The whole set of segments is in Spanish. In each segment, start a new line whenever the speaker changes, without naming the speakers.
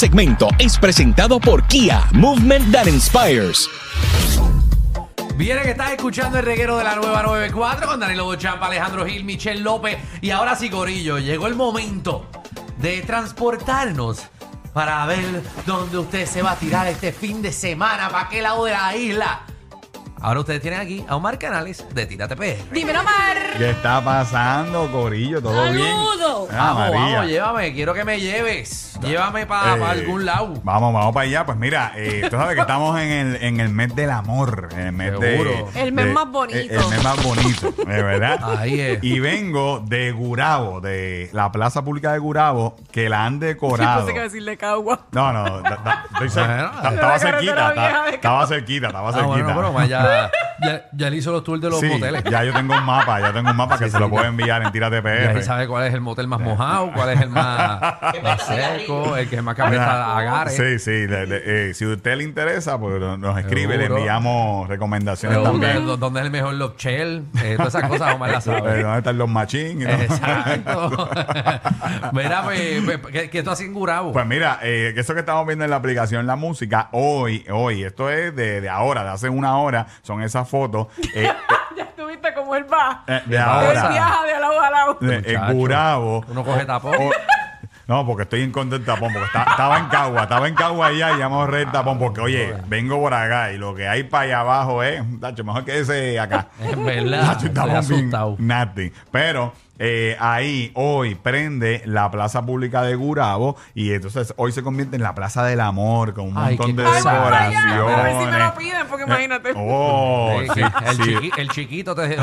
segmento es presentado por Kia, Movement That Inspires.
Viene que estás escuchando el reguero de la nueva 94 con Danilo Bochampa, Alejandro Gil, Michelle López y ahora sí, Corillo, llegó el momento de transportarnos para ver dónde usted se va a tirar este fin de semana, para qué lado de la isla. Ahora ustedes tienen aquí a Omar Canales de Tírate PR.
Dímelo, Omar.
¿Qué está pasando, Corillo? ¿Todo bien?
Saludo.
Ah,
vamos,
María.
vamos, llévame, quiero que me lleves. Llévame para
Eh,
algún lado.
Vamos, vamos para allá. Pues mira, eh, tú sabes que estamos en el, en el mes del amor. En el mes de-
Seguro.
El mes
de-
más bonito.
eh, El mes más bonito, de verdad.
Ahí es.
Y vengo de Gurabo, de la Plaza Pública de Gurabo, que la han decorado.
Pensé que iba a decirle cagua.
No, no, da- da- estoy cer-
Bueno. eh.
ta- estaba
La carretera
cerquita,
vieja
ta-
de
estaba cerquita, estaba
Ah, bueno,
cerquita.
no, pero Omar ya, ya, ya le hizo los tours de los
Sí,
moteles.
ya yo tengo un mapa, ya tengo un mapa que
Sí,
se
sí,
lo
ya.
puedo enviar en Tírate
Y
PR.
ahí sabe cuál es el motel
Eh.
más mojado, cuál es el más, más seco, el que más cabeza agarre.
Sí, sí. le- le- eh, si a usted le interesa, pues no- nos escribe, le
Seguro.
enviamos recomendaciones
Pero ¿dónde,
también.
dó- dónde es el mejor Love Shell? Eh, todas esas cosas Omar las
Eh,
sabe.
¿Dónde están los machín? y todo.
Exacto. Mira, pues, pues, ¿qué, qué tú haces en Gurabo?
Pues mira, eh, que eso que estamos viendo en la aplicación La Música, hoy, hoy, esto es de, de ahora, de hace una hora, son esas fotos. eh,
Ya tuviste como él va.
eh, de
Él
Él
ahora.
viaja de lado a lado.
de- eh,
Muchacho.
Gurabo.
Uno coge tapón.
O- No, porque estoy en contra del tapón, porque está- estaba en Cagua, estaba en Cagua allá y ya me ahorré el tapón,
Ah,
porque oye, vengo por acá y lo que hay para allá abajo es, tacho, mejor que ese acá.
En verdad,
Tacho,
estoy
estamos bien
asustado.
nasty. Pero eh, ahí, hoy, prende la plaza pública de Gurabo y entonces hoy se convierte en la plaza del amor con un
Ay,
montón
qué
de
cosa.
Ay,
decoraciones.
voy para allá, a ver si me lo piden, porque
Eh,
imagínate.
Oh,
Eh,
sí,
que el,
sí.
chiqui- el chiquito te...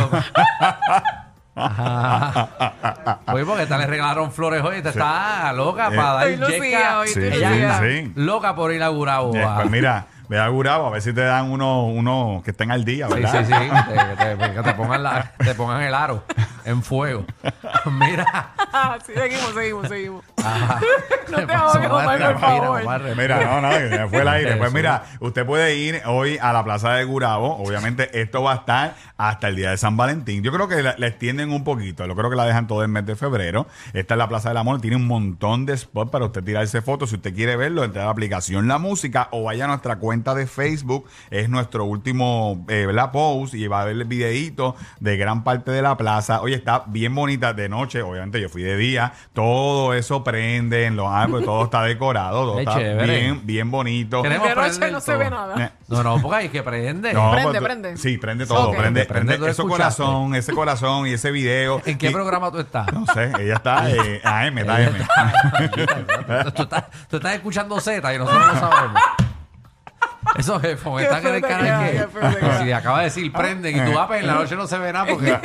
Ajá. Oye, Pues, porque te le regalaron flores hoy, te está loca
Eh,
para dar
Estoy lucida
yeca.
hoy, estoy
Sí,
Ella
sí,
está
sí.
loca por ir a Gurabo.
Eh,
a-
pues mira, ve a Gurabo a ver si te dan unos uno que estén al día,
Sí,
¿verdad?
sí, sí. Te- te- que te pongan, la- te pongan el aro en fuego. Mira.
Ah, sí, seguimos, seguimos, seguimos.
Ajá.
No
¿Qué
te
pasó,
ahogues, Omar,
Omar?
por
Respira,
favor.
Omar, respira.
Mira, no, no, que se me fue el aire. Pues
Eso.
mira, usted puede ir hoy a la plaza de Gurabo. Obviamente, esto va a estar hasta el día de San Valentín. Yo creo que la, la extienden un poquito. Yo creo que la dejan todo el mes de febrero. Esta es la plaza del amor. Tiene un montón de spots para usted tirarse fotos. Si usted quiere verlo, entre a la aplicación La Música o vaya a nuestra cuenta de Facebook. Es nuestro último eh, ¿verdad? post y va a ver el videíto de gran parte de la plaza. Oye, está bien bonita de noche. Obviamente, yo fui de día. Todo eso prende en los árboles. Todo está decorado. Todo
Qué
está
chévere.
bien, bien bonito.
Queremos
De noche
prender
no se
todo.
ve nada.
Eh,
No, no, porque hay que prender.
no,
Prende,
pues tú-
prende.
Sí, prende todo.
Ok.
Prende,
Prende,
prende,
prende,
ese
escuchaste.
corazón, ese corazón y ese video.
¿En qué
Y-
programa tú estás?
No sé, ella está eh, AM, está
Ella
AM.
tú, estás tú estás escuchando Z y nosotros no sabemos. Esos jefos
Qué
están en el
fuerte
canal
que
que...
era, qué fuerte que era.
Si acaba de decir prenden y tú vas, pues, en la noche no se ve nada porque...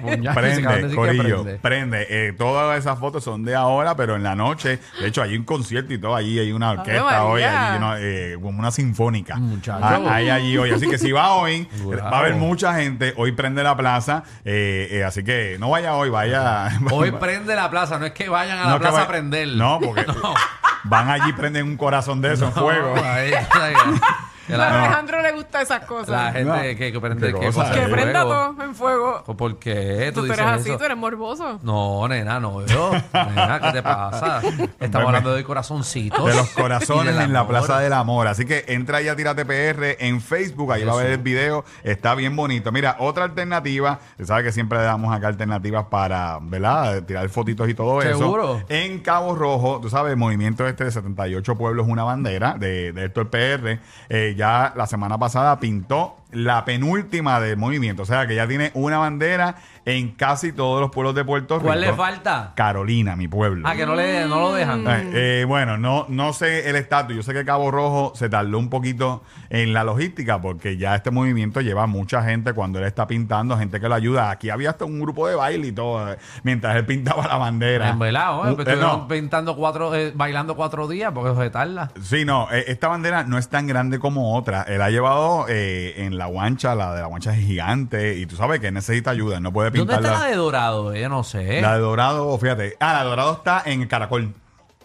Puñal, se acaban de
Prende,
decir que
Corillo,
prende.
prende. Eh, todas esas fotos son de ahora, pero en la noche, de hecho, hay un concierto y todo allí, hay una orquesta
María.
hoy, hay una, eh, como una sinfónica.
Muchacho.
Ah, hay allí hoy. Así que si va hoy, eh,
Bravo.
va a haber mucha gente. Hoy prende la plaza, eh, eh, así que no vaya hoy, vaya.
Hoy prende la plaza, no es que vayan a la
No, que
plaza
va-
a prender.
No, porque van allí y prenden un corazón de eso en fuego.
Ahí está, que- que
Pero
la,
a Alejandro le gusta esas
la
cosas.
gente
No.
que, que prende
Qué
que
cosa,
cosa
eh.
Que
de
prenda
fuego.
todo en fuego.
Pues, ¿Por qué tú,
Tú, tú
dices
eres así,
eso?
tú eres morboso.
No, nena, no yo. Nena, ¿qué te pasa? Estamos
Bueno,
hablando de corazoncitos.
De los
y
corazones
del
en la
amor.
Plaza del Amor. Así que entra ahí a Tírate PR en Facebook. Ahí va a ver el video. Está bien bonito. Mira, otra alternativa. Sabes que siempre le damos acá alternativas para, ¿verdad? Tirar fotitos y todo
Seguro.
eso. En Cabo Rojo, tú sabes, el movimiento este de 78 pueblos, una bandera de, de Héctor PR. eh, ya la semana pasada pintó la penúltima del movimiento. O sea, que ya tiene una bandera en casi todos los pueblos de Puerto
¿Cuál
Rico.
le falta?
Carolina, mi pueblo.
Ah, que no, le, no lo dejan.
Eh, eh, bueno, no, no sé el estatus. Yo sé que Cabo Rojo se tardó un poquito en la logística porque ya este movimiento lleva mucha gente cuando él está pintando, gente que lo ayuda. Aquí había hasta un grupo de baile y todo eh, mientras él pintaba la bandera.
En verdad, oye,
Uh,
pues
eh,
estuvieron
no.
pintando cuatro, eh, bailando cuatro días porque eso se tarda.
Sí, no, eh, esta bandera no es tan grande como otra. Él ha llevado eh, en la guancha, la de la guancha es gigante y tú sabes que él necesita ayuda, no puede
¿Dónde
pintarla.
está la de dorado? Yo Eh, no sé.
La de Dorado, fíjate. Ah, la de Dorado está en el Caracol.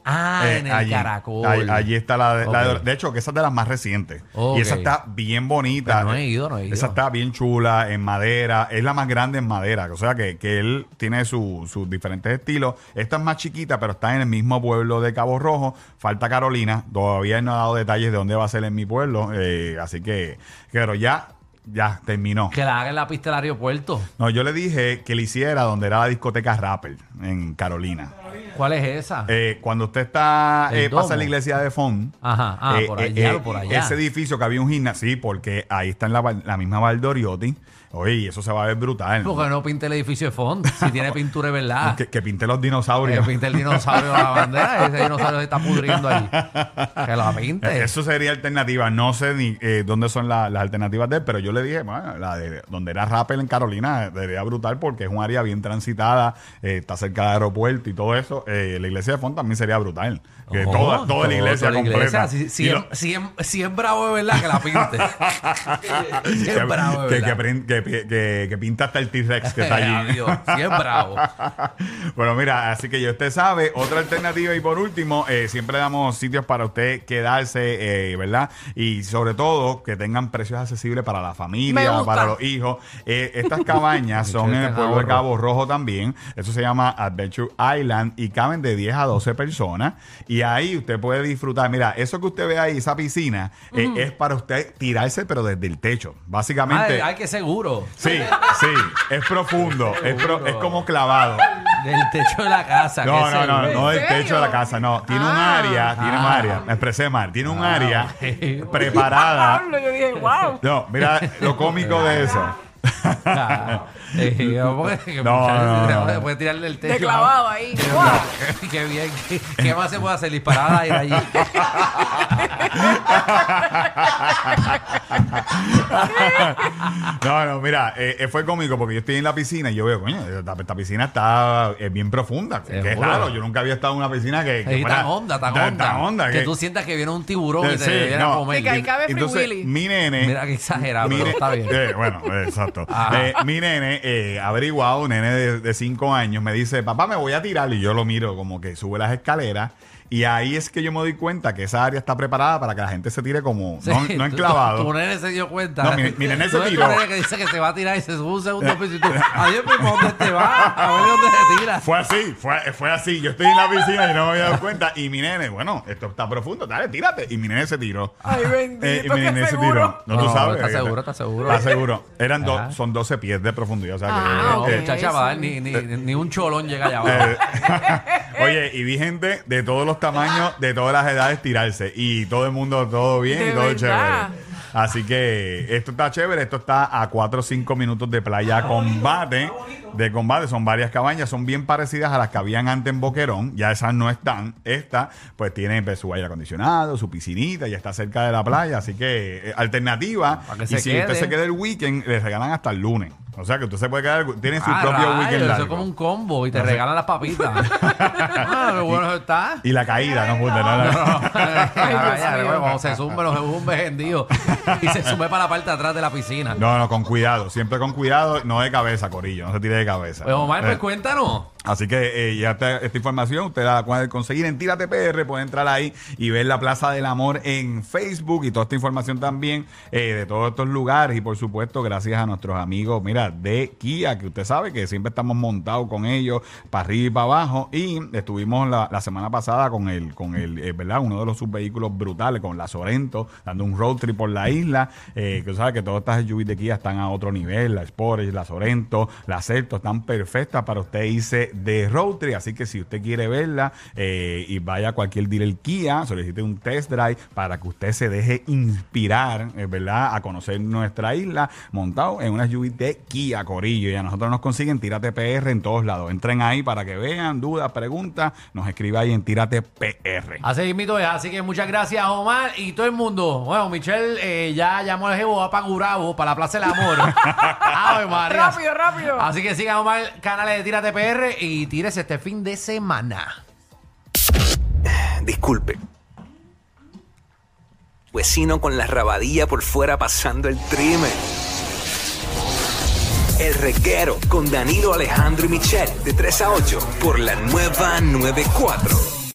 Ah,
Eh,
en el
allí,
caracol.
Ahí- allí está la de, la de-
Ok.
de hecho, que esa es de las más recientes.
Ok.
Y esa está bien bonita.
Pero no he ido, no he ido.
Esa está bien chula, en madera. Es la más grande en madera. O sea que, que él tiene su- sus diferentes estilos. Esta es más chiquita, pero está en el mismo pueblo de Cabo Rojo. Falta Carolina. Todavía no ha dado detalles de dónde va a ser en mi pueblo. Eh, así que, pero ya, ya terminó.
Que la haga en la pista del aeropuerto.
No, yo le dije que le hiciera donde era la discoteca Rapper en Carolina.
¿Cuál es esa?
Eh, cuando usted está
El
eh, pasa
domo.
la iglesia de Fon.
Ajá, ah,
eh,
por allá, por allá.
Ese edificio que había un gimnasio, sí, porque ahí está en la, val- la misma Valdoriotti. Oye, y eso se va a ver brutal.
Porque no pinte el edificio de fondo. Si tiene pintura es verdad.
Que, que pinte los
Que
dinosaurios. Eh,
pinte el dinosaurio a la bandera. Ese dinosaurio se está pudriendo ahí. Que la pinte.
Eh, Eso sería alternativa. No sé ni eh, dónde son la- las alternativas de él, pero yo le dije, bueno, la de donde era Rappel en Carolina, sería brutal porque es un área bien transitada, eh, está cerca del aeropuerto y todo eso. Eh, la iglesia de Font también sería brutal. Que
Ojo,
toda, toda la iglesia
Oh, toda la iglesia.
completa.
Si, si
Y
es,
lo-
si es- si es bravo de verdad, que la pinte. si es bravo de
que, que
verdad.
prin- que pi- que- que pinta hasta el T-Rex que está allí.
Adiós. Si es bravo.
bueno, mira, así que ya usted sabe, otra alternativa y por último, eh, siempre damos sitios para usted quedarse, eh, ¿verdad? Y sobre todo que tengan precios accesibles para la
Me
familia,
gusta.
para los hijos. Eh, estas cabañas son en el pueblo de Cabo Rojo también, eso se llama Adventure Island y caben de 10 a 12 personas y ahí usted puede disfrutar, mira, eso que usted ve ahí, esa piscina, eh, es para usted tirarse pero desde el techo, básicamente.
Ay, ay, que seguro.
Sí, sí, es profundo, es, pro- es como clavado.
Del techo de la casa.
No,
que
no, no,
seguro.
no del
¿En
techo de la
serio?
casa, no. Tiene un
Ah.
área, tiene un
Ah.
área, me expresé mal, tiene un área
ok.
preparada.
Pablo, yo dije, wow.
No, mira lo cómico de eso.
Ah, eh, porque-
No, no, no.
se puede tirarle el techo.
Te clavado ahí.
Qué
¡Guau!
bien, Qué bien. ¿Qué, qué más se puede hacer? Disparada a ir allí.
No, no, mira, eh, eh, fue cómico porque yo estoy en la piscina y yo veo, coño, esta, esta piscina está eh, bien profunda. Que es
Seguro.
raro, yo nunca había estado en una piscina que. que
Ahí
fuera
tan onda, tan onda. que, tú sientas que viene un tiburón y te
Sí,
viene a
no.
comer.
Sí, que ahí cabe Free
Entonces,
Willy.
mi nene.
Mira que exagerado,
Mi
Ah, pero
ne-
está bien.
Eh, bueno, eh, exacto.
Ajá.
Eh, mi nene, eh, averiguado, un nene de- de 5 años, me dice, papá, me voy a tirar. Y yo lo miro como que sube las escaleras. Y ahí es que yo me doy cuenta que esa área está preparada para que la gente se tire como
Sí,
no,
tú-
no enclavado.
Tu, tu nene se dio cuenta.
No, mi- mi nene se
Tú ves tu
tiró.
nene que dice que se va a tirar y se sube un segundo piso y tú, adiós, primo, ¿dónde te vas? A ver dónde te tiras.
Fue así, fue, fue así. Yo estoy en la piscina y no me había dado cuenta. Y mi nene, bueno, esto está profundo, dale, tírate. Y mi nene se tiró.
Ay, bendito,
Eh, y mi
qué
nene se
seguro.
tiró. No,
No,
tú
no,
sabes. eh,
está seguro, está seguro.
Está seguro. Eran
Ajá.
dos, son 12 pies de profundidad. O sea, que-
Ah,
No,
ok.
muchacha, va a dar ni, ni, ni un cholón llega allá abajo.
Eh, Oye, y vi gente de todos los tamaños, de todas las edades tirarse. Y todo el mundo, todo bien,
De
todo
verdad.
chévere. Así que esto está chévere. Esto está a 4 o 5 minutos de playa combate. De combate, son varias cabañas, son bien parecidas a las que habían antes en Boquerón. Ya esas no están. Esta, pues tiene pues, su aire acondicionado, su piscinita, ya está cerca de la playa. Así que eh, alternativa.
Para que
Y si
se
usted
quede.
se queda el weekend, le regalan hasta el lunes. O sea que usted se puede quedar, tiene su
Ah,
propio
rayos,
weekend.
Eso
largo.
es como un combo y te regalan las papitas. ah, lo bueno está.
Y la caída, no puta, no, no.
Dios mío.
Cuando se zumbe, los zumbe vendidos. Y se sube para la parte de atrás de la piscina.
No, no, con cuidado, siempre con cuidado, no de cabeza, Corillo, no se tire de cabeza.
Pues Omar,
Eh,
pues cuéntanos.
Así que eh, ya está esta información, usted la puede conseguir en Tírate PR, puede entrar ahí y ver la Plaza del Amor en Facebook y toda esta información también eh, de todos estos lugares y por supuesto gracias a nuestros amigos, mira, de Kia, que usted sabe que siempre estamos montados con ellos para arriba y para abajo y estuvimos la, la semana pasada con el, con el, eh, ¿verdad? Uno de los subvehículos brutales, con la Sorento, dando un road trip por la isla, eh, que tú sabes que todas estas SUV de Kia están a otro nivel, la Sportage, la Sorento, la Certo, están perfectas para usted irse de road trip, así que si usted quiere verla eh, y vaya a cualquier dealer Kia, solicite un test drive para que usted se deje inspirar, eh, ¿verdad? A conocer nuestra isla montado en una SUV de Kia Corillo y a nosotros nos consiguen Tírate PR en todos lados, entren ahí para que vean dudas, preguntas, nos escribe ahí en Tírate PR.
Así mismo es, así que muchas gracias Omar y todo el mundo. Bueno, Michelle eh, ya llamó al jevo, va para Gurabo, para la Plaza del Amor. Ave María.
Rápido, rápido.
Así que sigan Omar, canales de Tírate PR y tírese este fin de semana.
Disculpe. Vecino con la rabadilla por fuera pasando el trimen. El reguero con Danilo Alejandro y Michel de 3 a 8 por la nueva 94.